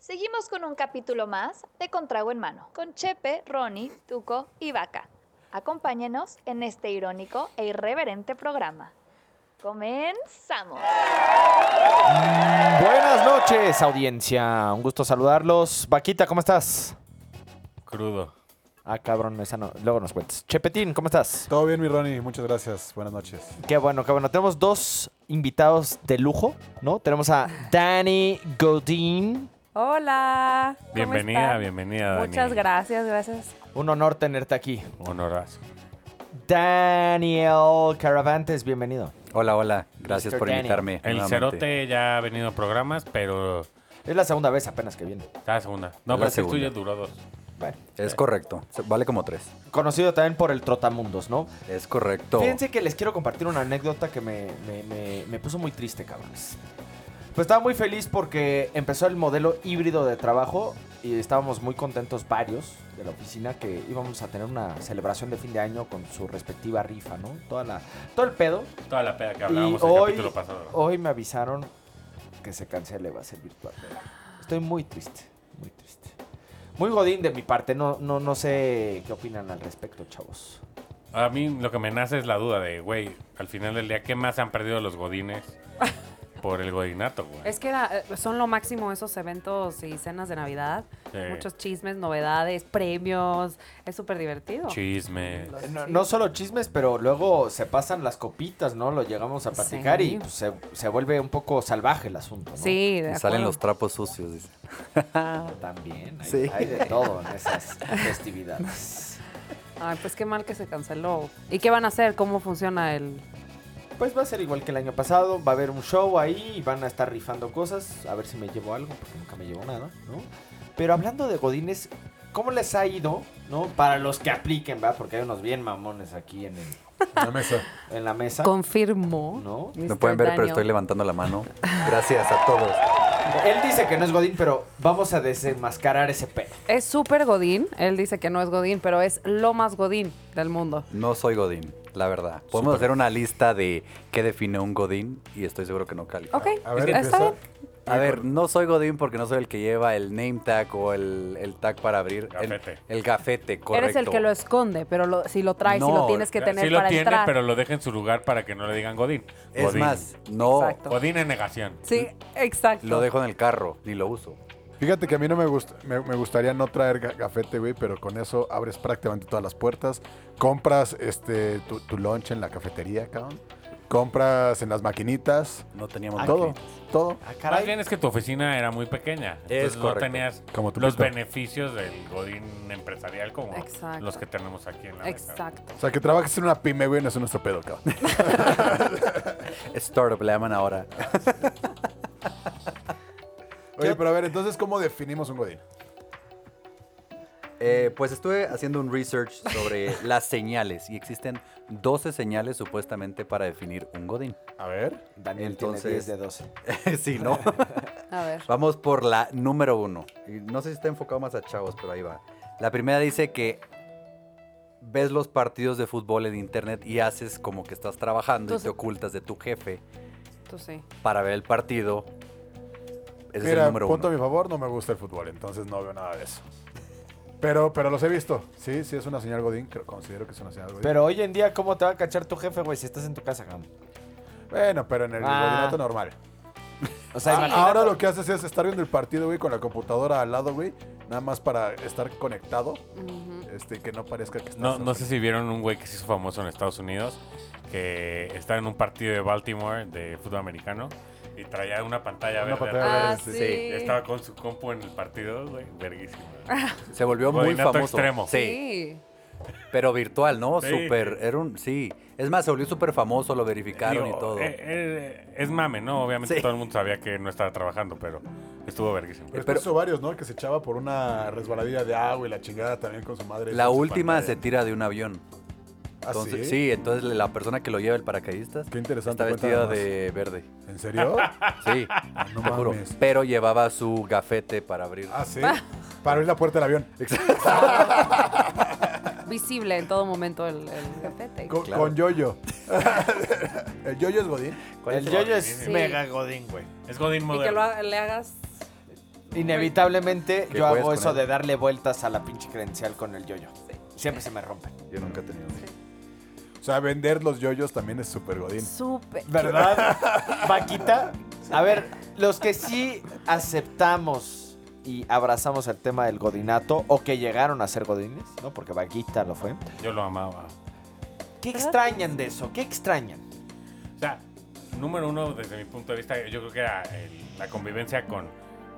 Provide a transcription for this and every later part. Seguimos con un capítulo más de Contrago en Mano, con Chepe, Ronnie, Tuco y Vaca. Acompáñenos en este irónico e irreverente programa. Comenzamos. Buenas noches, audiencia. Un gusto saludarlos. Vaquita, ¿cómo estás? Crudo. Ah, cabrón, esa no. Luego nos cuentas. Chepetín, ¿cómo estás? Todo bien, mi Ronnie. Muchas gracias. Buenas noches. Qué bueno, qué bueno. Tenemos dos invitados de lujo, ¿no? Tenemos a Danny Godin. Hola. ¿cómo Bienvenida, están? bienvenida, Dani. Muchas gracias, gracias. Un honor tenerte aquí. Honorazo. Daniel Caravantes, bienvenido. Hola, hola. Gracias Mr. por Daniel. invitarme. El nuevamente. Cerote ya ha venido a programas, pero Es la segunda vez apenas que viene. está segunda. No, Es pero la es que el segunda. tuyo duró dos. Bueno. Es correcto. Se- Vale como tres. Conocido también por el Trotamundos, ¿no? Es correcto. Fíjense que les quiero compartir una anécdota que me, me- me- me puso muy triste, cabrones. Pues estaba muy feliz porque empezó el modelo híbrido de trabajo y estábamos muy contentos varios de la oficina que íbamos a tener una celebración de fin de año con su respectiva rifa, ¿no? Toda la, todo el pedo. Toda la peda que Y hablábamos en el hoy, capítulo pasado. hoy me avisaron que se cancele, va a ser virtual. Estoy muy triste, muy triste. Muy godín de mi parte, no, no, no sé qué opinan al respecto, chavos. A mí lo que me nace es la duda de, güey, al final del día, ¿qué más han perdido los godines por el godinato, güey? Es que era, eh, son lo máximo esos eventos y cenas de Navidad. Sí. Muchos chismes, novedades, premios. Es súper divertido. Chisme. No, no solo chismes, pero luego se pasan las copitas, ¿no? Lo llegamos a platicar Sí. y pues, se, se vuelve un poco salvaje el asunto, ¿no? Ah, Sí, de Y salen acuerdo. los trapos sucios, dice. También, hay, Sí. hay de todo en esas festividades. Ay, pues qué mal que se canceló. ¿Y qué van a hacer? ¿Cómo funciona el...? Pues va a ser igual que el año pasado, va a haber un show ahí y van a estar rifando cosas, a ver si me llevo algo, porque nunca me llevo nada, ¿no? Pero hablando de godines, ¿cómo les ha ido, no? Para los que apliquen, ¿verdad? Porque hay unos bien mamones aquí en, el- La mesa. en la mesa, Confirmó. ¿no? No pueden ver, pero estoy levantando la mano. Gracias a todos. Él dice que no es godín, pero vamos a desenmascarar ese pedo. Es súper godín. Él dice que no es godín, pero es lo más godín del mundo. No soy Godín, la verdad. Podemos hacer una lista de qué define un Godín y estoy seguro que no califica. Ok, A ver, está empieza. bien. A ver, no soy Godín porque no soy el que lleva el name tag o el, el tag para abrir. el- Gafete. El, gafete, correcto. Eres el que lo esconde, pero lo- si lo traes, si lo No, tienes que tener eh, Sí lo para tiene, entrar. pero lo deja en su lugar para que no le digan godín. Es Godín. más, no Exacto. Godín en negación. Sí, exacto. lo dejo en el carro ni lo uso. Fíjate que a mí no me gusta, me, me gustaría no traer ga- gafete, güey, pero con eso abres prácticamente todas las puertas, compras este tu, tu lunch en la cafetería, cabrón, compras en las maquinitas, No teníamos Ah, todo, gafete. todo. Ah, Más bien es que tu oficina era muy pequeña. Es Entonces no correcto. tenías Como tu los pito. beneficios del godín empresarial como Exacto. los que tenemos aquí en la mesa. Exacto. O sea, que trabajes en una pyme, güey, no es nuestro pedo, cabrón. Startup le llaman ahora. Oye, pero a ver, entonces, ¿cómo definimos un godín? Eh, pues estuve haciendo un research sobre las señales y existen 12 señales supuestamente para definir un godín. A ver. Daniel Entonces- tiene 10 de 12. sí, ¿no? A ver. Vamos por la número uno. Y No sé si está enfocado más a chavos, pero ahí va. La primera dice que ves los partidos de fútbol en internet y haces como que estás trabajando y Entonces- te ocultas de tu jefe Tú sí. para ver el partido. Ese es el Mira, número punto uno. a mi favor, no me gusta el fútbol, entonces no veo nada de eso. Pero, pero los he visto. Sí, sí, es una señal godín, creo- considero que es una señal godín. Pero hoy en día, ¿cómo te va a cachar tu jefe, güey, si estás en tu casa, cabrón? bueno, pero en el Ah. godinato normal. O sea, Ah, imagínate- ahora lo que haces es estar viendo el partido, güey, con la computadora al lado, güey, nada más para estar conectado, este, que no parezca que estás... No, no sé si vieron un güey que se hizo famoso en Estados Unidos que está en un partido de Baltimore de fútbol americano y traía una pantalla Una verde. pantalla atrás. Ah, Ah, sí. sí. Estaba con su compu en el partido, güey, verguísimo. Se volvió muy Godinato famoso. extremo. Sí, pero virtual, ¿no? Sí. Súper, era un, sí. Es más, se volvió súper famoso, lo verificaron Digo, y todo. eh, eh, es mame, ¿no? Obviamente Sí. todo el mundo sabía que no estaba trabajando, pero estuvo verguísimo. Pero, Pero- hizo varios, ¿no? Que se echaba por una resbaladilla de agua y la chingada también con su madre. La Con su última pantalla. se tira de un avión. ¿Ah, Entonces, sí? sí? entonces la persona que lo lleva el paracaidista Qué interesante, está vestida cuéntame más. de verde. ¿En serio? Sí, no te juro. mames. Pero llevaba su gafete para abrir. Ah, sí. Para abrir la puerta del avión. Visible en todo momento el, el gafete. Con, Claro. con yoyo. ¿El yoyo es godín? El yoyo es Sí. mega godín, güey. Es Godín Y que moderno. lo ha- le hagas Inevitablemente ¿Qué yo juegas hago con eso él? de darle vueltas a la pinche credencial con el yoyo. Siempre se me rompe. Yo nunca he tenido. O sea, vender los yoyos también es súper godín. Súper. ¿Verdad? Vaquita. A ver, los que sí aceptamos y abrazamos el tema del godinato o que llegaron a ser godines, ¿no? Porque Vaquita lo fue. Yo lo amaba. ¿Qué extrañan de eso? ¿Qué extrañan? O sea, número uno, desde mi punto de vista, yo creo que era el- la convivencia con,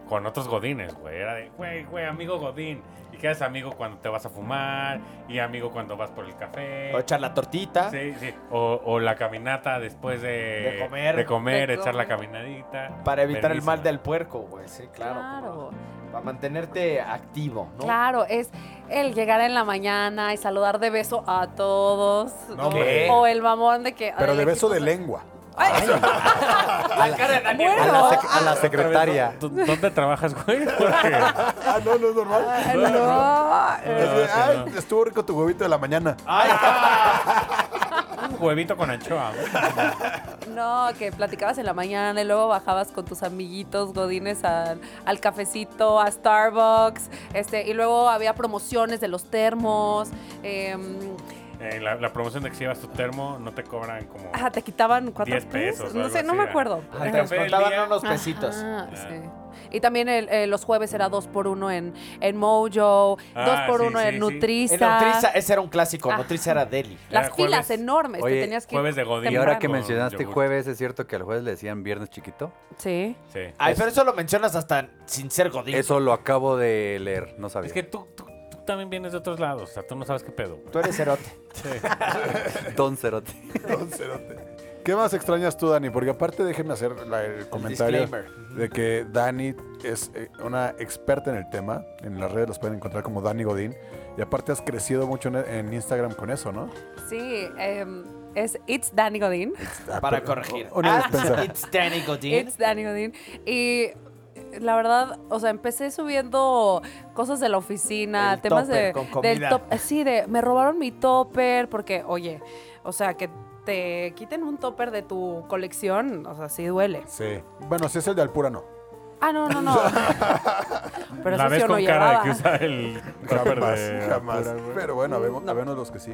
con otros godines, güey. Era de, güey, güey, amigo godín. Y quedas amigo cuando te vas a fumar, y amigo cuando vas por el café. O echar la tortita. Sí, sí. O, o la caminata después de, De comer. de comer, De echar la comer. caminadita. Para evitar el mal Verguísima. del puerco, güey. Sí, claro. Claro. como- Para mantenerte activo, ¿no? Claro, es el llegar en la mañana y saludar de beso a todos. No, ¿Qué? o el mamón de que. Pero de beso de lengua. lengua. A la cara de Daniel. A la, sec- a la secretaria. Ah, ¿Dó- ¿Dónde trabajas, güey? Porque- Ah, no, no es normal. Es No. de, sí, Ah. "Ay, estuvo rico tu huevito de la mañana. Ay, Huevito con anchoa, güey. No, que platicabas en la mañana y luego bajabas con tus amiguitos godines al, al cafecito, a Starbucks, este, y luego había promociones de los termos, em, Eh, la, la promoción de que si llevas tu termo no te cobran como ah, te quitaban cuatro 10 pesos. o No algo sé, así, ah. no me era. acuerdo. El Ah, te café del descontaban día, unos pesitos. Ajá, sí. Y también el- eh, los jueves era dos por uno en, en Mojo, Ah, dos por sí, uno sí, en sí. Nutriza. En Nutriza, ese era un clásico. Ajá. Nutriza era deli. Las Era filas jueves. enormes que Oye, tenías que ir jueves de Godín. Y ahora temprano. que Con mencionaste yogur. jueves, ¿es cierto que al jueves le decían viernes chiquito? Sí. Sí. Ay, pero Ah, eso lo mencionas hasta sin ser godín. Eso lo acabo de leer, no sabía. Es que tú, tú, tú también vienes de otros lados. O sea, tú no sabes qué pedo. güey. Tú eres cerote. Don Cerote. Don Cerote. ¿Qué más extrañas tú, Dani? Porque aparte déjenme hacer la- el comentario disclaimer. de que Dani es eh, una experta en el tema. En las redes los pueden encontrar como Dani Godín. Y aparte has crecido mucho en, en Instagram con eso, ¿no? Sí, em, es It's Danny Godin. Ah, Para corregir. Una Ah, dispensa. It's Danny Godín. It's Danny Godin. Y la verdad, o sea, empecé subiendo cosas de la oficina, El temas topper de, con comida. del top, sí, de me robaron mi topper porque, oye, o sea, que te quiten un topper de tu colección, o sea, sí duele. Sí. Bueno, si es el de Alpura, no. Ah, no, no, no. Pero la eso sí ves yo no con cara de llevaba. que usa el topper Jamás, de- jamás. Pero bueno, habemos, No. habemos los que sí.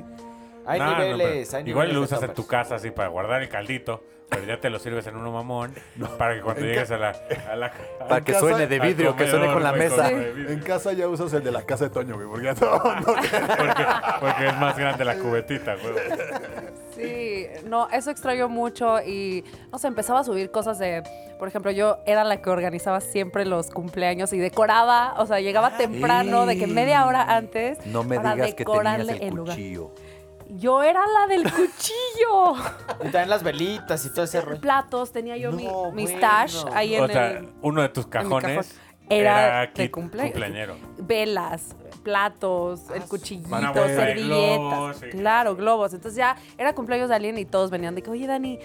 Hay No, no, pero niveles. hay igual niveles lo de usas en tu toppers. casa así para guardar el caldito, pero ya te lo sirves en uno mamón para que cuando llegues a la, a la- Para que casa- suene de al vidrio, que suene comedor, con la güey, mesa. de vidrio. En casa ya usas el de la casa de Toño, güey. Porque ya no- no- Porque, porque es más grande la cubetita, güey. Sí, no, eso extraño mucho y, no sé, empezaba a subir cosas de, por ejemplo, yo era la que organizaba siempre los cumpleaños y decoraba, o sea, llegaba temprano, de que media hora antes, Ah. No me para digas que tenías decorarle el lugar. cuchillo. Yo era la del cuchillo. Y también las velitas y todo ese rollo. Platos, tenía yo mi, No, mi bueno. stash ahí O en sea, el... uno de tus en mi cajón. cajones Era, de kit cumple- cumpleañero. velas, platos, el Una cuchillito, bolsa de servilletas, Ah, globos, sí. claro, globos. Entonces ya era cumpleaños de alguien y todos venían de que, oye Dani,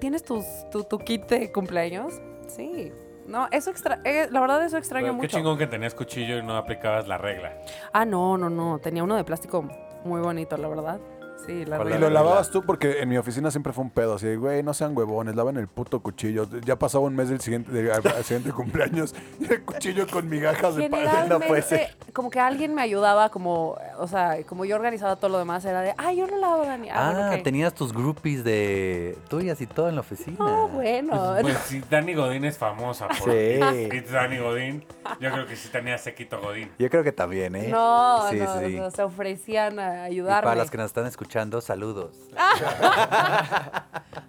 ¿tienes tus, tu, tu kit de cumpleaños? Sí. No, eso extra eh, la verdad eso extraño Pero Qué mucho. chingón que tenías cuchillo y no aplicabas la regla. Ah, no, no, no, tenía uno de plástico muy bonito, la verdad. Sí, la ¿Cuál Y verdad. lo lavabas tú porque en mi oficina siempre fue un pedo. Así de, güey, no sean huevones, lavan el puto cuchillo. Ya pasaba un mes del siguiente, del- al siguiente cumpleaños y el cuchillo con migajas de pan. Generalmente, como que alguien me ayudaba, como, o sea, como yo organizaba todo lo demás, era de, ay, yo lo lavo, Dani. Ah, Ah, bueno, ok. tenías tus groupies de tuyas y todo en la oficina. No, bueno. Pues sí, Dani Godín es famosa por Sí. It's Dani Godín. Yo creo que sí tenía sequito Godín. Yo creo que también, ¿eh? No, Sí, no, sí, sí. no, se ofrecían a Y ayudarme. para los que nos están escuchando, saludos.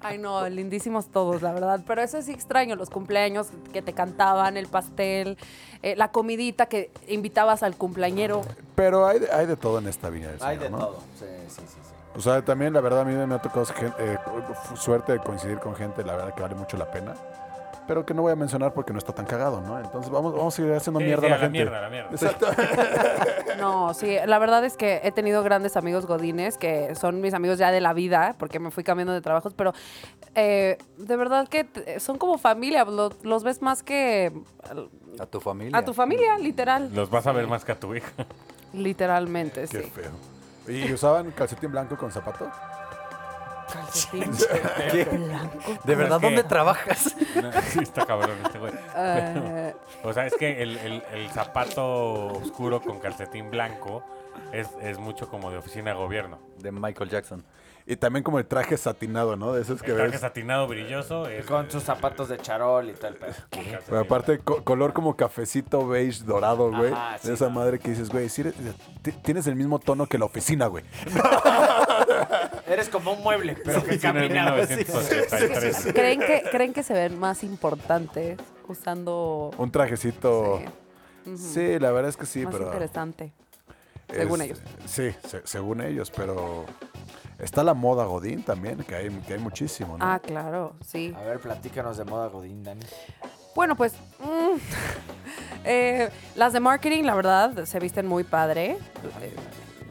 Ay, no, lindísimos todos, la verdad. Pero eso sí extraño, los cumpleaños que te cantaban, el pastel, eh, la comidita que invitabas al cumpleañero. Pero hay, de- hay de todo en esta viña del Hay Señor, de ¿no? todo. Sí, sí, sí. sí. O sea, también la verdad a mí me ha tocado gen- eh, f- suerte de coincidir con gente, la verdad que vale mucho la pena. Pero que no voy a mencionar porque no está tan cagado, ¿no? Entonces vamos, vamos a ir haciendo Sí, mierda sí, a la, a la gente. mierda, a la mierda. Exacto. No, sí, la verdad es que he tenido grandes amigos godines que son mis amigos ya de la vida, porque me fui cambiando de trabajos, pero eh, de verdad que t- son como familia, lo- los ves más que al- A tu familia. a tu familia, literal. Los vas a ver más que a tu hija. Literalmente, Qué sí. feo. ¿Y usaban calcetín blanco con zapato? calcetín ¿Qué? blanco. ¿De verdad que- dónde trabajas? No, sí está cabrón este güey. Ah, O sea, es que el, el- el zapato oscuro con calcetín blanco es, es mucho como de oficina de gobierno. De Michael Jackson. Y también como el traje satinado, ¿no? De esos que El traje ves. satinado brilloso es Con sus zapatos de charol y todo el pedo. con calcetín. Pero aparte, co- color como cafecito beige dorado, güey. Ajá, sí, de esa no. madre que dices, güey, sí eres- ti- tienes el mismo tono que la oficina, güey. Eres como un mueble, pero que Sí, en el caminaba así. 1983. ¿Creen que, ¿Creen que se ven más importantes usando... Un trajecito. Sí. Sí, Ujú. la verdad es que Oh, sí, más pero. interesante. según es- ellos. Sí, se- según ellos, pero. Está la moda Godín también, que hay, que hay muchísimo, ¿no? Ah, claro, sí. A ver, platícanos de moda Godín, Dani. Bueno, pues mm, eh, las de marketing, la verdad, se visten muy padre. Eh,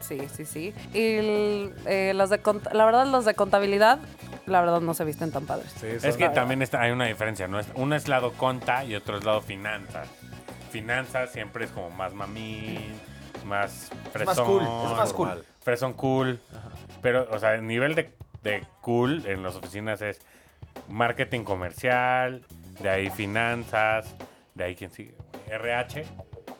Sí, sí, sí. Y el, eh, las de cont- la verdad, las de contabilidad, la verdad, no se visten tan padres. Sí, Es son- que también está, hay una diferencia, ¿no? Es- Uno es lado conta y otro es lado finanzas. Finanzas siempre es como más mamín, más fresón. más cool, es más cool. normal. Fresón cool. Pero, o sea, el nivel de, de cool en las oficinas es marketing comercial, de ahí finanzas, de ahí quién sigue. RH,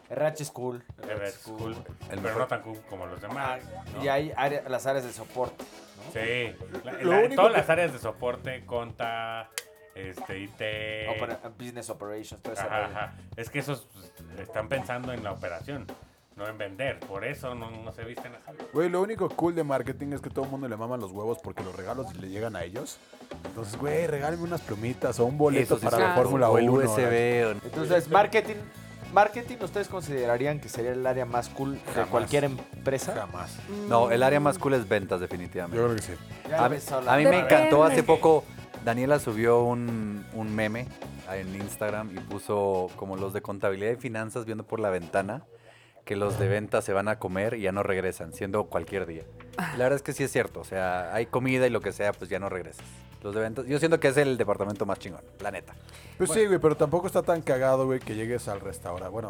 RH es cool. RH es cool, pero mejor. no tan cool como los Ah, demás. ¿no? Y hay área- las áreas de soporte. Sí, la- Lo la- único todas que- las áreas de soporte, conta, este, IT. Opera- eh, business operations, todo ese Ajá, rollo. ajá. Es que esos pues, están pensando en la operación, no en vender. Por eso no, no se visten así. Güey, lo único cool de marketing es que todo el mundo le maman los huevos porque los regalos le llegan a ellos. Entonces, güey, regálame unas plumitas o un boleto Eso sí para se la ve. Fórmula 1. O el USB. o- Entonces, marketing. Marketing, ¿ustedes considerarían que sería el área más cool de Jamás. cualquier empresa? Jamás. No, el área más cool es ventas, Yo definitivamente. creo que sí. Ya A mí, ves sola. a mí me Depende. encantó hace poco. Daniela subió un, un meme en Instagram y puso como los de contabilidad y finanzas viendo por la ventana que los de ventas se van a comer y ya no regresan, siendo cualquier día. Y La verdad es que sí es cierto, o sea, hay comida y lo que sea, pues ya no regresas. Los de ventas, yo siento que es el departamento más chingón, la neta. Pues sí, güey, pero tampoco está tan cagado, güey, que llegues al restaurante. Bueno,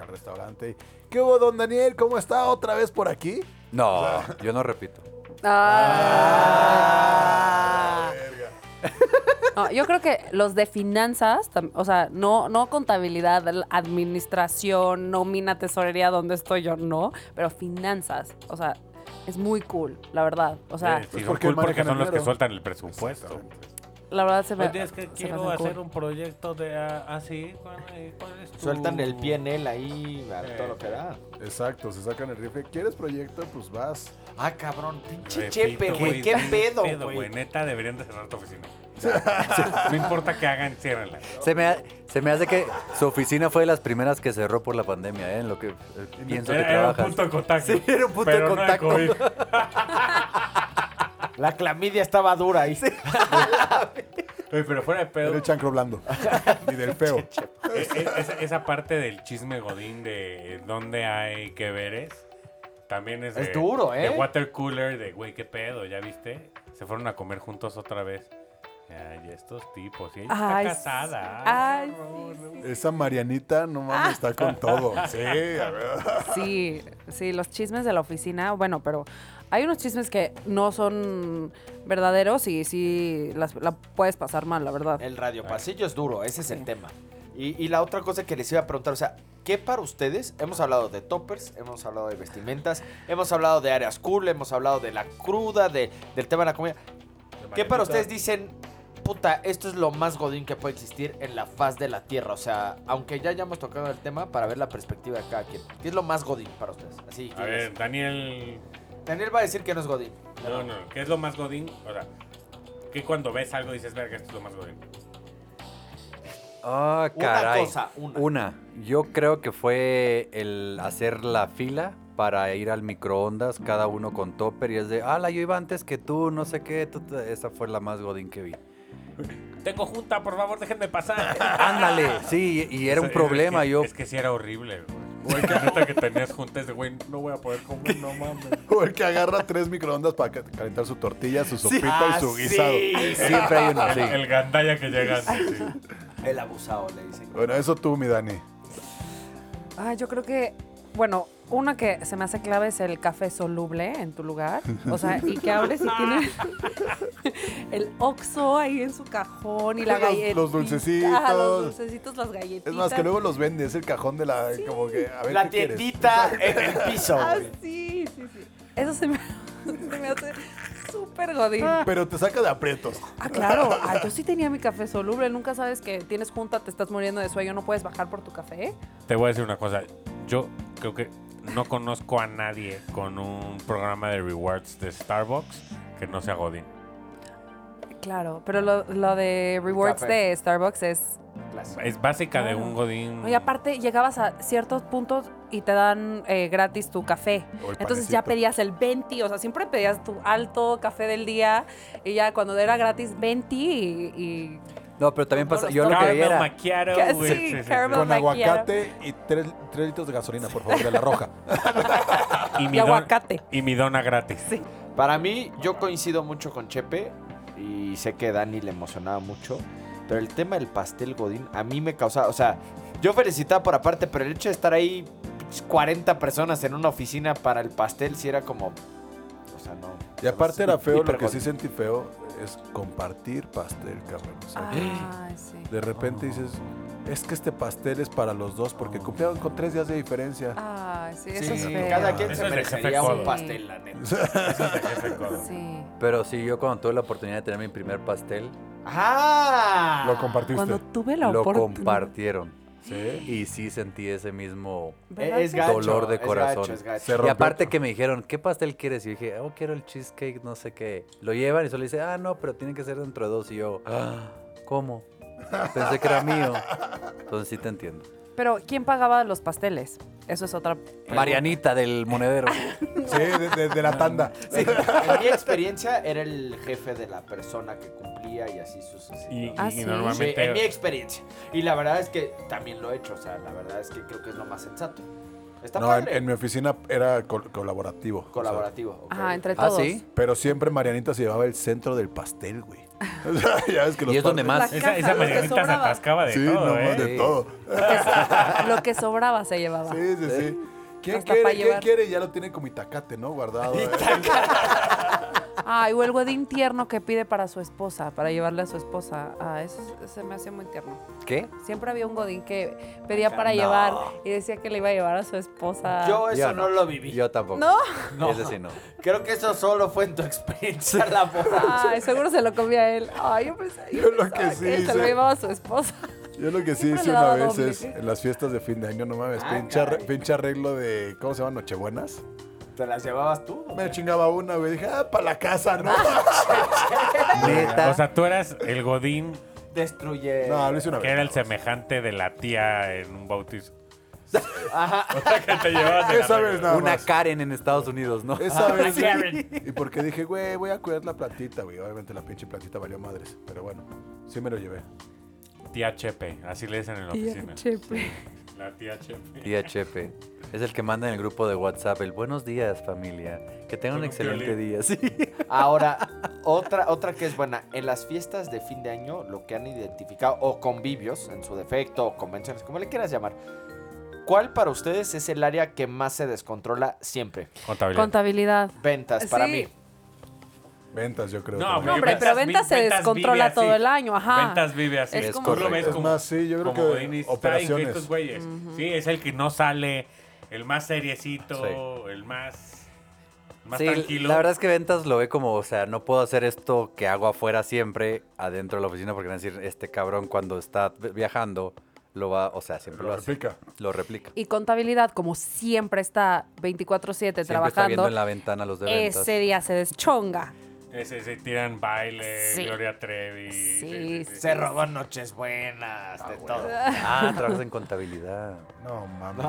al restaurante. y, ¿Qué hubo, don Daniel? ¿Cómo está? ¿Otra vez por aquí? No, yo no repito. Ah. No, Ah, yo creo que los de finanzas, tam- o sea, no, no contabilidad, el- administración, nómina, tesorería, donde estoy yo, no, pero finanzas, o sea, es muy cool, la verdad. O sea, Eh, Sí, pues son porque cool porque manejan son el los que dinero. sueltan el presupuesto. la verdad se me. Oye, es que se me quiero hacen cool. hacer un proyecto de ah, así. ¿cuál, eh, cuál es tu- Sueltan el pie en él ahí, a todo lo que da. Exacto, se sacan el rifle. ¿Quieres proyecto? Pues vas. Ah, cabrón, pinche Repito, chepe, güey. ¿Qué sí, pedo, güey? güey? Neta, deberían de cerrar tu oficina. no importa que hagan, ciérrenla. Se me, ha- se me hace que su oficina fue de las primeras que cerró por la pandemia, ¿eh? en lo que eh, pienso que Era, era un trabajas. punto de contacto. Sí, era un punto pero de no contacto. COVID. La clamidia estaba dura ahí. Oye, pero fuera de pedo. Era el chancro blando. y del feo. Eh, eh, esa, esa parte del chisme godín de dónde hay que veres también es, Es de- duro, ¿eh? De water cooler, de güey, qué pedo, ¿ya viste? Se fueron a comer juntos otra vez. Ay, estos tipos, y ella Ay, está casada. ay, qué horror, ¿no? Esa Marianita, no mames, está con todo. Sí, a ver. Sí, sí, los chismes de la oficina, bueno, pero hay unos chismes que no son verdaderos y sí las, la puedes pasar mal, la verdad. El radiopasillo es duro, ese es el Sí. tema. Y, y la otra cosa que les iba a preguntar, o sea, ¿qué para ustedes? Hemos hablado de toppers, hemos hablado de vestimentas, hemos hablado de áreas cool, hemos hablado de la cruda, de, del tema de la comida. ¿Qué para ustedes dicen, puta, esto es lo más godín que puede existir en la faz de la Tierra? O sea, aunque ya hayamos tocado el tema, para ver la perspectiva de cada quien. ¿Qué es lo más godín para ustedes? Así A que ver, Daniel. Daniel va a decir que no es godín. No, no, ¿qué es lo más godín? O sea, que cuando ves algo dices, verga, esto es lo más godín. Ah, Una caray. cosa, una. Yo creo que fue el hacer la fila para ir al microondas, cada uno con topper, y es de, ala, yo iba antes que tú, no sé qué. tú te-". Esa fue la más godín que vi. Tengo junta, por favor, déjenme pasar. Ándale, sí, y y era un Es- es problema. que- Yo, Es que sí era horrible, güey. Güey, que neta que tenías juntas de, güey, no voy a poder comer, no mames. O el que agarra tres microondas para ca- calentar su tortilla, su sopita y su guisado. siempre hay uno, El, sí. el gandalla que llega. así, sí. El abusado, le dicen. Bueno, eso tú, mi Dani. Ah, yo creo que, bueno, Una que se me hace clave es el café soluble en tu lugar. O sea, y que abres y tiene el oxo ahí en su cajón y la Los- los galletita. dulcecitos. Ajá, los dulcecitos, las Es galletitas. más, que luego los vende, es el cajón de la. Como que, a ver, La ¿qué quieres? tiendita en el piso. Ah, güey. sí, sí, sí. Eso se me, se me hace súper godín. Pero te saca de aprietos. Ah, claro. Ah, yo sí tenía mi café soluble. Nunca sabes que tienes junta, te estás muriendo de sueño, no puedes bajar por tu café. Te voy a decir una cosa. Yo creo que no conozco a nadie con un programa de rewards de Starbucks que no sea Godín. Claro, pero lo, lo de rewards Café. de Starbucks es... Es básica de Claro. un Godín. No, Y aparte llegabas a ciertos puntos y te dan eh, gratis tu café. O el Entonces ya panecito. pedías el 20, o sea, siempre pedías tu alto café del día y ya cuando era gratis 20 y... y- No, pero también Como pasa. los Yo lo que Caramel veía era. macchiato, Que güey. sí, caramel- Con Maquiara. aguacate y tres, tres litros de gasolina, por favor, de la roja. Y, mi Y don- aguacate. y mi dona gratis. Para mí, yo coincido mucho con Chepe y sé que Dani le emocionaba mucho, pero el tema del pastel Godín a mí me causaba, o sea, yo felicitaba por aparte, pero el hecho de estar ahí pinches 40 personas en una oficina para el pastel sí era como, o sea, no. Y aparte era feo, lo que sí Hipergodín. sentí feo es compartir pastel, cabrón. O Ah. sea, Ay, sí. De repente dices, es que este pastel es para los dos porque cumplieron con tres días de diferencia. Ay, sí, Sí, eso es feo. cada quien Eso se es de merecería jefe codo. un pastel, la neta. Sí. Pero sí, yo cuando tuve la oportunidad de tener mi primer pastel, ¡Ah! Lo compartiste. Cuando tuve la lo oportunidad... compartieron. Sí. Y sí sentí ese mismo. ¿Verdad Es que gacho, Dolor de es corazón. gacho, es gacho. Se Y rompió. aparte que me dijeron, ¿qué pastel quieres? Y dije, oh, quiero el cheesecake, no sé qué. Lo llevan y solo dice, ah, no, pero tiene que ser dentro de dos. Y yo, ah, ¿cómo? Pensé que era mío. Entonces sí te entiendo. Pero ¿quién pagaba los pasteles? Eso es otra. Marianita del monedero. Sí, de, de- de la tanda. En mi experiencia era el jefe de la persona que cumplía y así Y, y- sucesivamente. Ah, y sí. Sí, normalmente. en mi experiencia. Y la verdad es que también lo he hecho. O sea, la verdad es que creo que es lo más sensato. Está No, en, padre. en mi oficina era col- colaborativo. o sea, Colaborativo. ok. Ajá, entre ¿Ah, todos. sí? pero siempre Marianita se llevaba el centro del pastel, güey. O sea, ya ves que los Y es donde partes- más. La Ah, esa caja, esa lo que mañanita se sobraba. atascaba de Sí, todo, no, ¿eh? de todo. Lo que sobraba se llevaba. Sí, sí, sí. ¿Quién Hasta quiere? para ¿Quién llevar. quiere? Ya lo tiene como itacate, ¿no? Guardado. ¿eh? Ay, Ah, o el godín tierno que pide para su esposa, para llevarle a su esposa. Ah, eso es- se me hace muy tierno. ¿Qué? Siempre había un godín que pedía para llevar y decía que le iba a llevar a su esposa. Yo eso Yo no. no. lo viví. Yo tampoco. ¿No? No. Ese sí no. Creo que eso solo fue en tu experiencia laboral. Ay, seguro se lo comía él. Ay, yo pensaba, yo Yo lo pensaba que sí él se hice. lo llevaba a su esposa. Yo lo que sí Siempre hice le daba una vez doble. es en las fiestas de fin de año, no mames, Ah, pinche, arre- caray. pinche arreglo de. ¿Cómo se llama? Nochebuenas. ¿Te las llevabas tú? o Me qué? chingaba una, güey. Dije, ah, para la casa, ¿no? Ah. Neta. O sea, tú eras el Godín Destruye. no, lo hice una que vez. era el semejante de la tía en un bautizo. Ajá. que te llevabas de la Esa regla. vez nada Una más. Karen en Estados Unidos, ¿no? Esa Ah, vez. Una Karen. Y porque dije, güey, voy a cuidar la platita, güey. Obviamente la pinche platita valió madres. Pero bueno, sí me lo llevé. Tía Chepe, así le dicen en la oficina. Chepe. La tía Chepe. Tía Chepe. Es el que manda en el grupo de WhatsApp el buenos días, familia. Que Con tengan un un excelente violín. día, sí. Ahora, otra, otra que es buena. En las fiestas de fin de año, lo que han identificado, o convivios en su defecto, o convenciones, como le quieras llamar. ¿Cuál para ustedes es el área que más se descontrola siempre? Contabilidad. Contabilidad. Ventas, para Sí. mí. Ventas, yo creo. No, también. No, hombre, Ventas pero vi- ventas se ventas vive descontrola así. todo el año, ajá. Ventas vive así. Es Es como- Tú lo ves correcto. Es como- más, sí, yo como creo que Godín y está en operaciones. estos güeyes. Sí, es el que no sale, el más seriecito, el más, el más Sí, tranquilo. la verdad es que ventas lo ve como, o sea, no puedo hacer esto que hago afuera siempre adentro de la oficina porque van a decir, este cabrón cuando está vi- viajando lo va, o sea, siempre lo, Lo hace. replica. Lo replica. Y contabilidad, como siempre está 24-7 Siempre está viendo trabajando, en la ventana los de ventas. ese día se deschonga. Ese, ese tiran baile, Sí. Gloria Trevi. Sí, sí. Se robó noches buenas, de todo. Ah, trabajas en contabilidad. No, mames.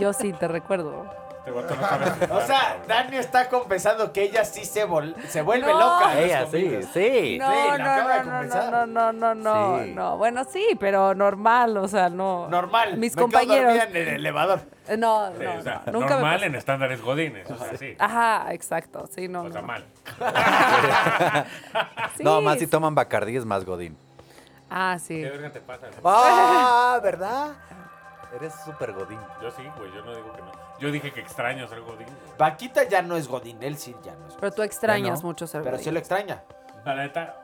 Yo sí te recuerdo. Este vato no sabe sudar, O sea, cabrón. Dani está confesando que ella sí se, vol- se vuelve No. loca. Ah, en las Ella, sí, comidas. sí. No, la acaba de no, no, confesar. no, no, no, no, no, Sí. no. Bueno, sí, pero normal, o sea, no. Normal. Mis me quedo compañeros. dormida en el elevador. Eh, No, Sí, no, o sea, no, nunca me normal pasó. en estándares godines. O sea, sí. Ajá, exacto, sí, no. O sea, no. mal. Sí, No, más si sí. toman Bacardí es más Godín. Ah, sí. ¿Qué verga te pasa? Ah, ¿verdad? Eres súper godín. Yo sí, güey, yo no digo que no. Yo dije que extraño ser godín. güey. Vaquita ya no es Godín, él sí ya no es Pero tú extrañas Ya no, mucho ser Pero godín. sí lo extraña. La neta,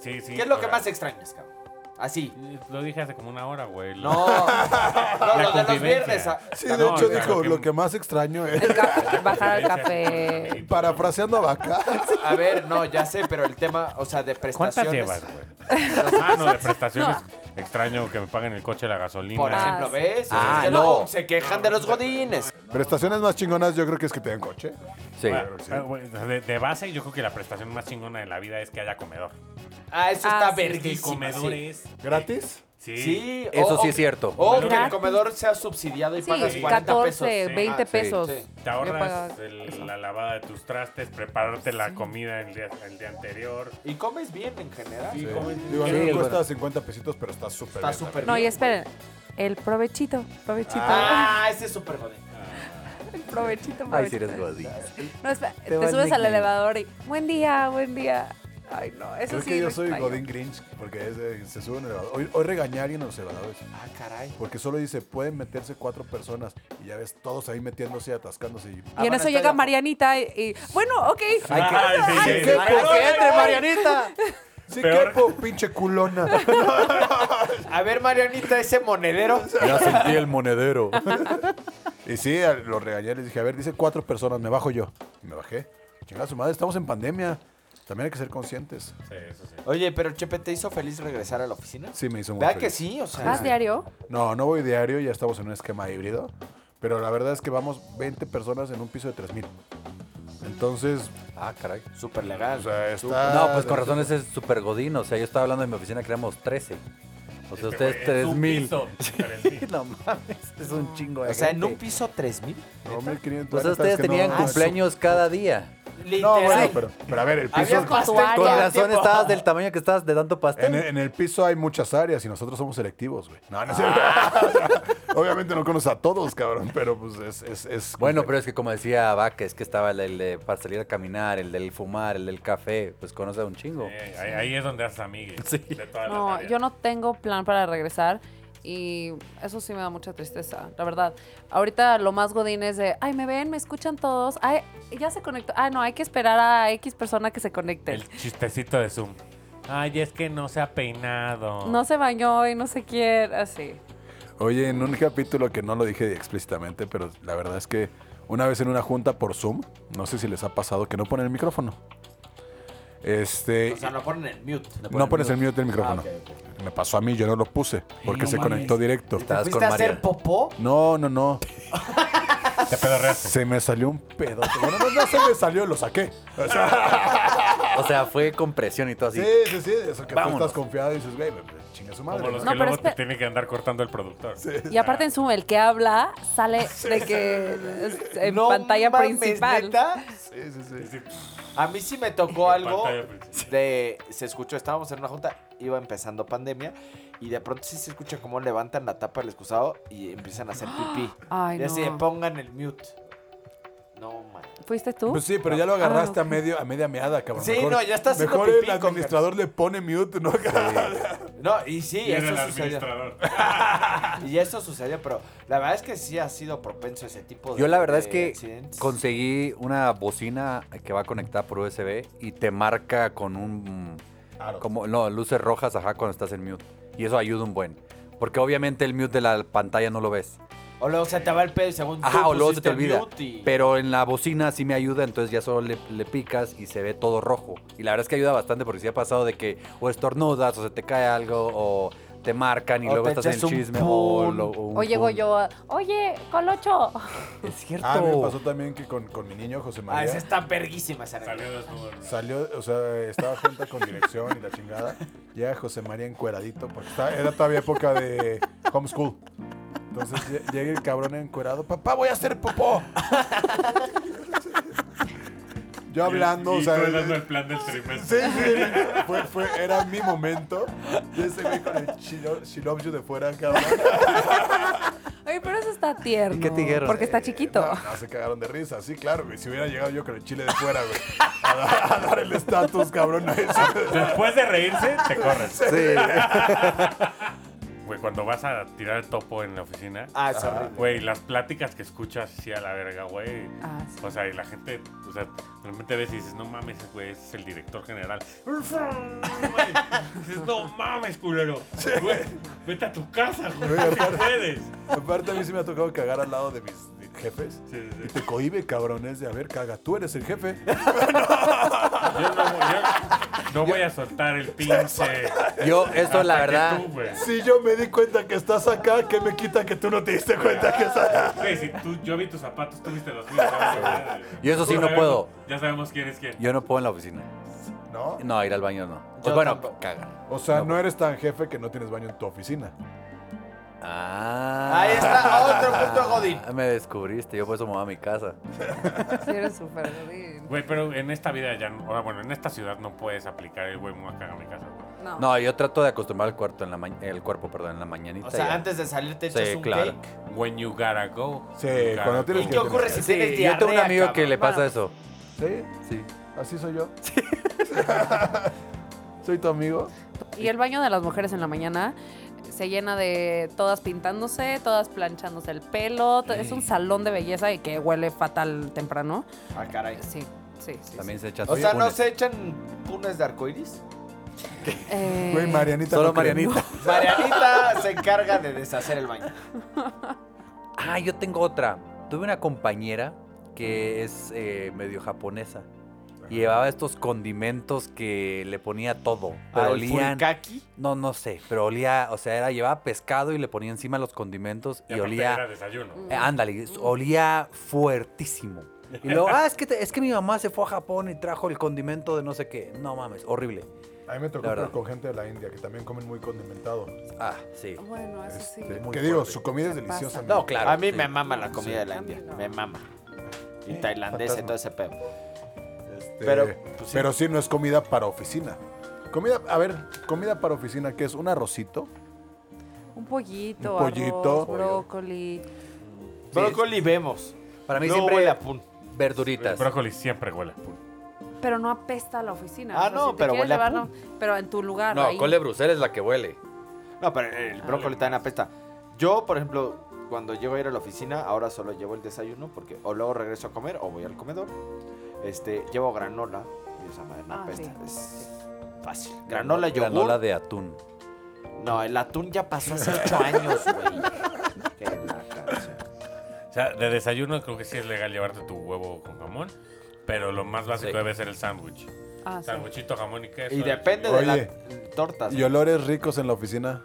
sí, sí. ¿Qué es lo que o más sea, eh, extrañas, cabrón? Así. Lo dije hace como una hora, güey. No, no, lo de los convivencia. viernes. ah, Sí, Ah, de no, hecho o sea, dijo, lo que- lo que más extraño es... El ca- bajar al café. Parafraseando a Vaca. A ver, no, ya sé, pero el tema, o sea, de ¿Cuántas prestaciones. llevas, güey? Ah, no, de prestaciones. Extraño que me paguen el coche, la gasolina. Por Ah, ejemplo, sí. ¿ves? Ah, Es que no. luego se quejan de los godines. Prestaciones más chingonas yo creo que es que te den coche. Sí. Bueno, pero, güey, de, de base, yo creo que la prestación más chingona de la vida es que haya comedor. Ah, eso está Ah, sí, Es que el verguísima. comedor sí. es. ¿Gratis? Sí. Sí, Eso o- sí es cierto. O que el Gratis. comedor sea subsidiado y Sí, pagas 40 pesos. 14, Sí. 20 Ah, sí, pesos. sí. Te Yo ahorras pagaba el- eso. la lavada de tus trastes, prepararte la comida el día, el día anterior. Y comes bien en general. Sí, comes- Digo, a mí Sí, me bueno. cuesta 50 pesitos, pero está súper Está bien, la súper No, y bien. esperen. El provechito, provechito, Ah, ese es súper godín. el provechito, Ay, si eres provechito. godín. No, espera, te, va el subes al nickname. elevador y buen día, buen día. Ay, no, eso Creo sí. que lo yo soy extraño. Godín Grinch porque es de- se sube en el elevador. Hoy, hoy regañé a alguien en los elevadores Ah, caray. porque solo dice pueden meterse cuatro personas y ya ves todos ahí metiéndose y atascándose. Y, Y en Ah, eso bueno, llega estoy de Marianita y, y, bueno, ok. Ay, que, Ay, sí, ay, sí, que- sí. ay, que entre, Marianita. sí, Peor. quepo, pinche culona. A ver, Marianita, ese monedero. Ya sentí el monedero. y sí, a- lo regañé. Les dije, a ver, dice cuatro personas, me bajo yo. Y me bajé. Chingada su madre, estamos en pandemia. También hay que ser conscientes. Sí, eso sí. Oye, pero Chepe, ¿te hizo feliz regresar a la oficina? Sí, me hizo muy ¿Verdad que feliz. sí? O sea, ¿Vas diario? No, no voy diario, ya estamos en un esquema híbrido. Pero la verdad es que vamos 20 personas en un piso de 3000. Entonces, Ah, caray. súper legal. o sea, está. No, pues con razón ese es súper godín. O sea, yo estaba hablando de mi oficina que éramos 13. O sea, ustedes Este Güey, es un piso, 3000. tres mil. No mames, es un chingo de O sea, en gente. un piso 3000. No, 1500. O sea, la neta es Pues ustedes que tenían no- cumpleaños cada día. No, bueno, Literal. pero, pero a ver, el Había piso. pastel Con Con todo el razón Ah, tiempo. estabas del tamaño que estabas de tanto En, pastel. en el piso hay muchas áreas y nosotros somos selectivos, güey. No, no es Ah. cierto. Obviamente no conoces a todos, cabrón, pero pues es. es, es Bueno, pero es que como decía Vaca, es que estaba el, el de para salir a caminar, el del fumar, el del café, pues conoce a un chingo. Eh, ahí, ahí es donde haces amigues. Sí. De todas las No, áreas. yo no tengo plan para regresar y eso sí me da mucha tristeza, la verdad. Ahorita lo más godín es de, ay, me ven, me escuchan todos, ay, ya se conectó, ah, no, hay que esperar a X persona que se conecte. El chistecito de Zoom. Ay, es que no se ha peinado. No se bañó y no sé quién, así. Oye, en un capítulo que no lo dije explícitamente, pero la verdad es que una vez en una junta por Zoom, no sé si les ha pasado que no ponen el micrófono. Este. O sea, no ponen el mute. no pones el mute del micrófono. Ah, ok, Me pasó a mí, yo no lo puse porque se conectó directo. Estabas ¿Fuiste con a hacer María. popó? No, no, no. Te pedorreaste. Se me salió un pedo. Bueno, no, no se me salió, lo saqué. O sea, O sea, fue con presión y todo así. sí, sí, sí. Eso que tú Vámonos. estás confiado y dices, güey, me- me chinga su madre. Como los No, que pero este luego te espe- tiene que andar cortando el productor. Ah. Y aparte en Zoom, el que habla sale de que es en No pantalla mames, principal. ¿neta? Sí, sí, sí. A mí sí me tocó algo Pantalla principal. de. Se escuchó, estábamos en una junta, iba empezando pandemia, y de pronto sí se escucha cómo levantan la tapa del excusado y empiezan a hacer pipí. Ay, y así de no. pongan el mute. No, man. ¿Fuiste tú? Pues sí, pero ya lo agarraste Ah, a medio, a media meada, cabrón. Sí, no, ya está haciendo Mejor pipí el con administrador le pone mute, ¿no? Ah, No, y sí, Y era el eso sucedió. administrador. Y eso sucedió, pero la verdad es que sí ha sido propenso ese tipo de. Yo la verdad es de que accidentes. conseguí una bocina que va conectada por USB y te marca con un como no, luces rojas, ajá, cuando estás en mute. Y eso ayuda un buen. Porque obviamente el mute de la pantalla no lo ves. O luego se te va el pedo y según. tú Ajá, o luego se te pusiste olvida. mute y- Pero en la bocina sí me ayuda, entonces ya solo le, le picas y se ve todo rojo. Y la verdad es que ayuda bastante porque si ha pasado de que o estornudas o se te cae algo o te marcan y O luego te estás en el echas un chisme o, pun. lo- o un o llego pun. yo, a, oye, Colocho. Es cierto. Ah, me pasó también que con, con mi niño José Ah, esa María está verguísima esa anécdota. Salió desnudo. ¿no? salió, o sea, estaba junta con dirección y la chingada. Llega José María encueradito, porque estaba- era todavía época de homeschool. Entonces lle- llega el cabrón encuerado, papá, voy a hacer popó. Yo hablando, y, o sea, tú dando el plan del trimestre. Sí, sí, fue, fue, era mi momento. Y ese güey con el she, lo- she loves you de fuera, cabrón. Ay, pero eso está tierno. qué te dijeron? Porque está Eh, chiquito. No, no, se cagaron de risa, sí, claro, güey. Si hubiera llegado yo con el chile de fuera, güey, a, dar- a dar el estatus, cabrón, a eso. Después de reírse, te corres. Sí. güey, cuando vas a tirar el topo en la oficina, Ah, es horrible. güey, las pláticas que escuchas sí a la verga, güey. Ah, sí. O sea, y la gente, o sea, realmente ves y dices, no mames, ese güey, ese es el director general. Güey, dices, no mames, culero. Güey, vete a tu casa, güey, Güey, si puedes. Aparte, a mí sí me ha tocado cagar al lado de mis jefes. Sí, sí, Y sí. te cohibe, cabrón, es de, a ver, caga, tú eres el jefe. Yo no, yo no voy a soltar el pinche. Yo, esto hasta la que verdad. tú, güey. Si yo me di cuenta que estás acá, ¿qué me quita que tú no te diste cuenta que estás acá? Güey, si tú, yo vi tus zapatos, tú viste los míos. ¿sabes? Yo eso sí Ya no sabemos- puedo. Ya sabemos quién es quién. Yo no puedo en la oficina. No. No, ir al baño no. Pues Yo bueno, tampoco. caga. O sea, no eres tan jefe que no tienes baño en tu oficina. Ah. Ahí está, otro punto Godín. Ah, Me descubriste, yo por eso me voy a mi casa. Sí, eres súper godín. Güey, pero en esta vida ya, no- o sea, bueno, en esta ciudad no puedes aplicar el güey, me voy a cagar a mi casa. güey. No. No, yo trato de acostumbrar el cuarto en la ma- el cuerpo, perdón, en la mañanita. O sea, ya. antes de salir te Sí, echas un claro. cake. When you gotta go. Sí, you gotta cuando tienes ¿Y go. qué ocurre si Sí, tienes yo diarrea, tengo un amigo que le pasa cabrón? pues, eso. Sí, Sí. así soy yo. soy tu amigo. Y el baño de las mujeres en la mañana se llena de todas pintándose, todas planchándose el pelo. to- Es un salón de belleza y que huele fatal temprano. Ah, caray. Sí, sí, sí. También se echan O sus sea, ¿no punes. se echan punes de arcoiris? sí. Eh, Güey, Marianita. Solo no cree. Marianita. Marianita se encarga de deshacer el baño. Ah, yo tengo otra. Tuve una compañera que es eh, medio japonesa. Y llevaba estos condimentos que le ponía todo. Pero Al olían. furikaki. No, no sé. Pero olía. O sea, era, llevaba pescado y le ponía encima los condimentos Y y aparte olía. Era desayuno. Eh, ándale, olía fuertísimo. Y luego, ah, es que, te- es que mi mamá se fue a Japón y trajo el condimento de no sé qué. No mames, horrible. A mí me tocó La verdad. pero con gente de la India que también comen muy condimentado. Ah, sí. Bueno, eso sí. Este, muy que digo, fuerte. su comida es Se deliciosa. pasa. amigo. No, claro. a mí sí. me mama la comida de la a mí India. no. Me mama. Y tailandesa y todo ese pedo. Este, Pero, pero, pues, sí. sí no es comida para oficina. Comida, a ver, comida para oficina, que es un arrocito. Un pollito, Un pollito. arroz, Pollo. brócoli. Brócoli vemos. Para mí Luego siempre- huele a pun. Verduritas. Brócoli siempre huele. a pulpo. Pero no apesta a la oficina. Ah, O sea, no, si te pero quieres huele a llevarlo- Pero en tu lugar. No, ahí. cole Bruselas es la que huele. No, pero el Ah, brócoli también apesta. Yo, por ejemplo, cuando llego a ir a la oficina, ahora solo llevo el desayuno porque o luego regreso a comer o voy al comedor. Este, llevo granola y esa madre no Ah, apesta. sí. Es fácil. Granola, yogur. Granola de atún. No, el atún ya pasó hace ocho años, güey. Qué naca. O sea, de desayuno creo que sí es legal llevarte tu huevo con jamón, pero lo más básico Sí. debe ser el sándwich. Ah, sí. Sándwichito, jamón y queso. Y depende de Oye. las tortas. Y olores ricos en la oficina.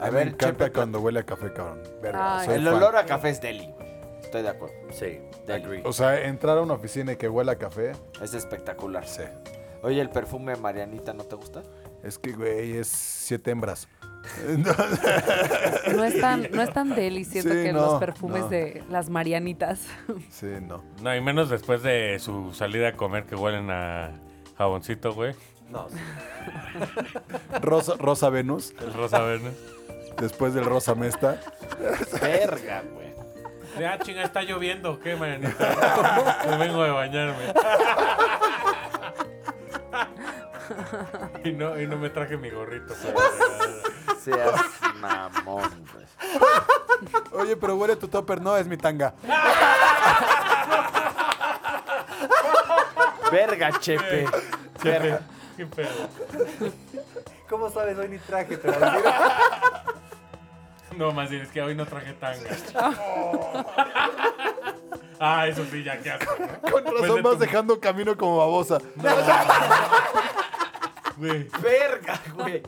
A A, ver, ver, me encanta Chepe, cuando huele a café, cabrón. Verga, Ay. soy El fan. olor a café es deli, güey. Estoy de acuerdo. Sí, de agree. O sea, entrar a una oficina y que huela a café, Es espectacular. sí. Oye, el perfume de Marianita, ¿no te gusta? Es que, güey, es siete hembras. Entonces, No es tan, no es tan deli, siento Sí, que no, los perfumes no. de las marianitas. sí, no. No, y menos después de su salida a comer que huelen a jaboncito, güey. No, sí. Rosa, Rosa Venus, El rosa verde. después del Rosa Mesta. Verga, güey. Ya, "Ah, chinga, está lloviendo. ¿Qué, Marianita? Me vengo de bañarme. Y no, y no me traje mi gorrito. pero- Seas mamón, güey. Oye, pero huele tu topper, no, es mi tanga. Verga, Chepe. Verga. Qué pedo. ¿Cómo sabes? Hoy ni traje, pero No, más bien, es que hoy no traje tanga. ah, eso sí, ya, qué asco. ¿no? Con Después razón de vas tu- dejando camino como babosa. Güey, Verga, güey.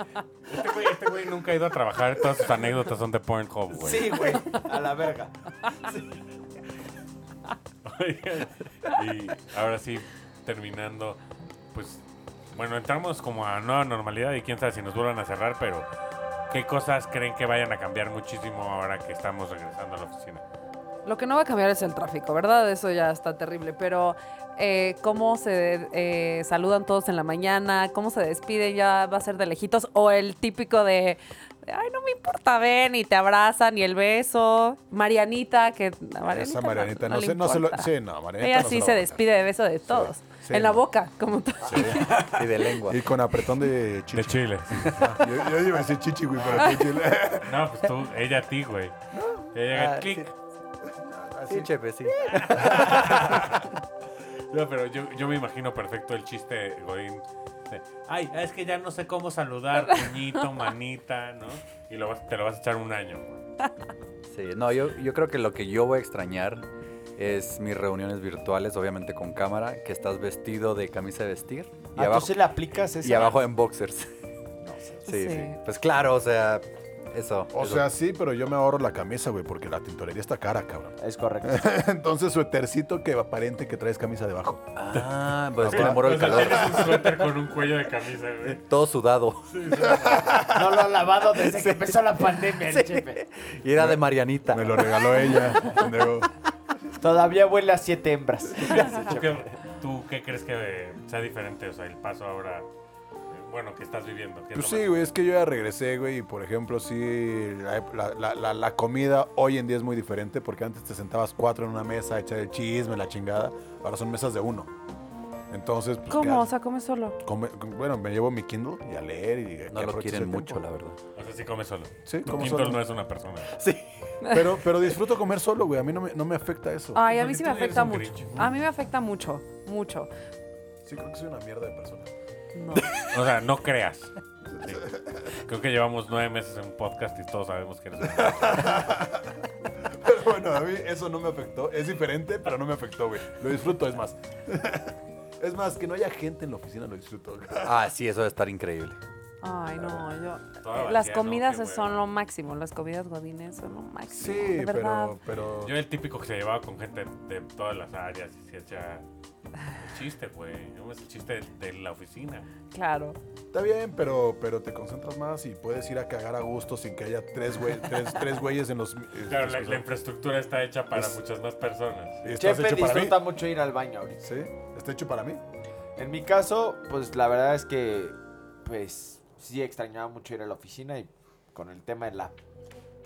Este güey este güey nunca ha ido a trabajar. Todas sus anécdotas son de Pornhub, güey. Sí, güey. A la verga. Oigan, y ahora sí, terminando, pues, bueno, entramos como a nueva normalidad y quién sabe si nos vuelvan a cerrar, pero ¿qué cosas creen que vayan a cambiar muchísimo ahora que estamos regresando a la oficina? Lo que no va a cambiar es el tráfico, ¿verdad? Eso ya está terrible, pero eh, cómo se eh, saludan todos en la mañana, cómo se despiden, ya va a ser de lejitos, o el típico de de, Ay, no me importa, ven y te abrazan y el beso. Marianita, que a Marianita Esa no- Marianita no, le se, no se lo. importa. Sí, no, Marianita. Ella no sí lo se va a despide de beso de todos. sí, en la no. boca, como todo. mandar. Y de lengua. Sí. Y con apretón de chichi. De Chile. Ah, yo, yo iba a decir chichi, güey, pero chichi. No, pues tú, ella a ti, güey. Ella llega, Ah, clic. sí. Sí, Chepe, sí. No, pero yo, yo me imagino perfecto el chiste, Godín. de, Ay, es que ya no sé cómo saludar, puñito, manita, ¿no? Y lo vas- te lo vas a echar un año. güey. Sí, no, yo, yo creo que lo que yo voy a extrañar es mis reuniones virtuales, obviamente con cámara, que estás vestido de camisa de vestir y, Ah, abajo, tú sí le aplicas esa. y abajo en boxers. Sí, sí, Sí. Pues claro, o sea, eso. O eso. sea, sí, pero yo me ahorro la camisa, güey, porque la tintorería está cara, cabrón. Es correcto. Entonces, suetercito que aparente que traes camisa debajo. Ah, pues es Sí, que enamoro el o sea, calor. Tienes un suéter con un cuello de camisa, güey. Todo sudado. No lo ha lavado desde que empezó la pandemia, el Chepe. Y era de Marianita. Me lo regaló ella. pendejo. Todavía huele a siete hembras. ¿Tú qué, tú qué crees que sea diferente? O sea, el paso ahora, eh, bueno, que estás viviendo. ¿qué es Pues lo sí, más- güey, es que yo ya regresé, güey, y por ejemplo, sí, la, la- la- la- la comida hoy en día es muy diferente porque antes te sentabas cuatro en una mesa, echar el chisme, la chingada. Ahora son mesas de uno. Entonces, pues, ¿qué ¿Cómo? O haces? sea, come solo. Come- bueno, me llevo mi Kindle y a leer y que No lo aproveches quieren el mucho, tiempo. la verdad. O sea, sí comes solo. Sí, Tu como Kindle solo. no es una persona. Sí. Pero, pero disfruto comer solo, güey. A mí no me, no me afecta eso. Ay, a Porque mí sí tú me eres afecta un mucho. Grinch. A mí me afecta mucho, mucho. Sí, creo que soy una mierda de persona. No. O sea, no creas. Sí. Creo que llevamos nueve meses en un podcast y todos sabemos que eres un... Pero bueno, a mí eso no me afectó. Es diferente, pero no me afectó, güey. Lo disfruto, es más. Es más, que no haya gente en la oficina lo disfruto. Ah, sí, eso debe estar increíble. Ay, no, yo. eh, Toda las vacía, ¿no? comidas Qué son hueva. lo máximo. Las comidas godines son lo máximo. Sí, de verdad. pero, pero. Yo el típico que se llevaba con gente de todas las áreas y se echa el chiste, güey. No es el chiste de, de la oficina. Claro. Está bien, pero, pero te concentras más y puedes ir a cagar a gusto sin que haya tres, güey, tres, tres güeyes en los. eh, Claro, en la, los- la infraestructura está hecha para Es- muchas más personas. Y estás Chepe hecho para mí. disfruta mucho ir al baño ahorita. Sí, está hecho para mí. En mi caso, pues la verdad es que, pues sí extrañaba mucho ir a la oficina y con el tema de la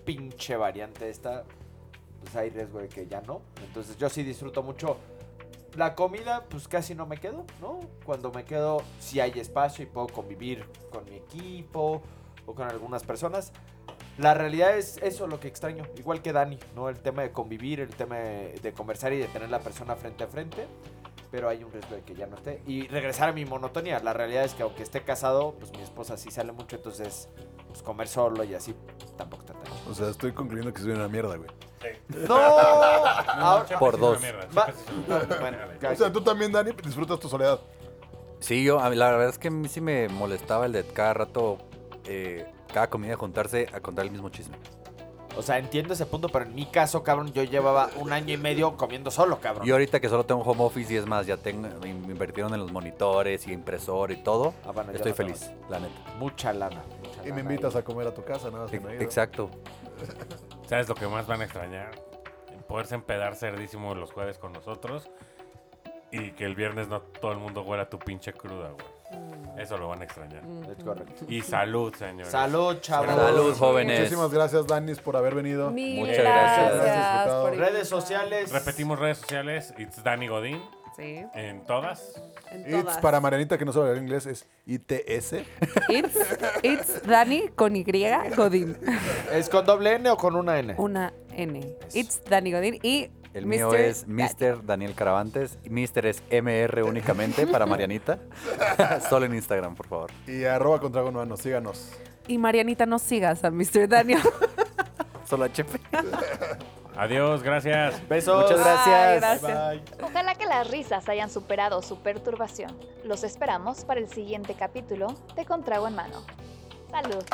pinche variante esta, pues hay riesgo de que ya no. Entonces yo sí disfruto mucho. La comida, pues casi no me quedo, ¿no? Cuando me quedo, si hay espacio y puedo convivir con mi equipo o con algunas personas. La realidad es eso lo que extraño, igual que Dani, ¿no? El tema de convivir, el tema de, de conversar y de tener la persona frente a frente pero hay un riesgo de que ya no esté. Y regresar a mi monotonía. La realidad es que aunque esté casado, pues mi esposa sí sale mucho, entonces pues comer solo y así tampoco está tan chido. O sea, estoy concluyendo que soy una mierda, güey. ¡No! Ahora- Por dos. Va- Bueno, Bueno, ca- O sea, tú también, Dani, disfrutas tu soledad. Sí, yo, a mí- la verdad es que a mí sí me molestaba el de cada rato, eh, cada comida juntarse a contar el mismo chisme. o sea, entiendo ese punto, pero en mi caso, cabrón, yo llevaba un año y medio comiendo solo, cabrón. Y ahorita que solo tengo home office y es más, ya tengo, me invirtieron en los monitores y impresor y todo, Ah, bueno, yo estoy no feliz, la neta. Mucha lana. mucha Y lana me invitas a comer a tu casa, nada más que no he ido. Exacto. ¿Sabes lo que más van a extrañar? Poderse empedar cerdísimo los jueves con nosotros y que el viernes no todo el mundo huela tu pinche cruda, güey. Eso lo van a extrañar. Es correcto. Y salud, señores. Salud, chavos. Salud, jóvenes. Muchísimas gracias, Danis, por haber venido. Mil Muchas gracias. gracias. Gracias, por diputado. Redes sociales. Repetimos redes sociales. It's Dani Godín invitar. Sí. en todas. en It's todas. para Marianita, que no sabe hablar inglés, es ITS. It's, it's Dani con Y Godín. ¿Es con doble N o con una N? Una N. It's Dani Godín y. El mío Mr. es Dani. Mr. Daniel Caravantes, Mr. es MR únicamente para Marianita, solo en Instagram, por favor. Y arroba contra Gonuano, síganos. Y Marianita, no sigas a Mr. Daniel. Solo a Chepe. Adiós, gracias. Besos. Muchas gracias. Ay, gracias. Bye. Ojalá que las risas hayan superado su perturbación. Los esperamos para el siguiente capítulo de Contrago en Mano. Salud.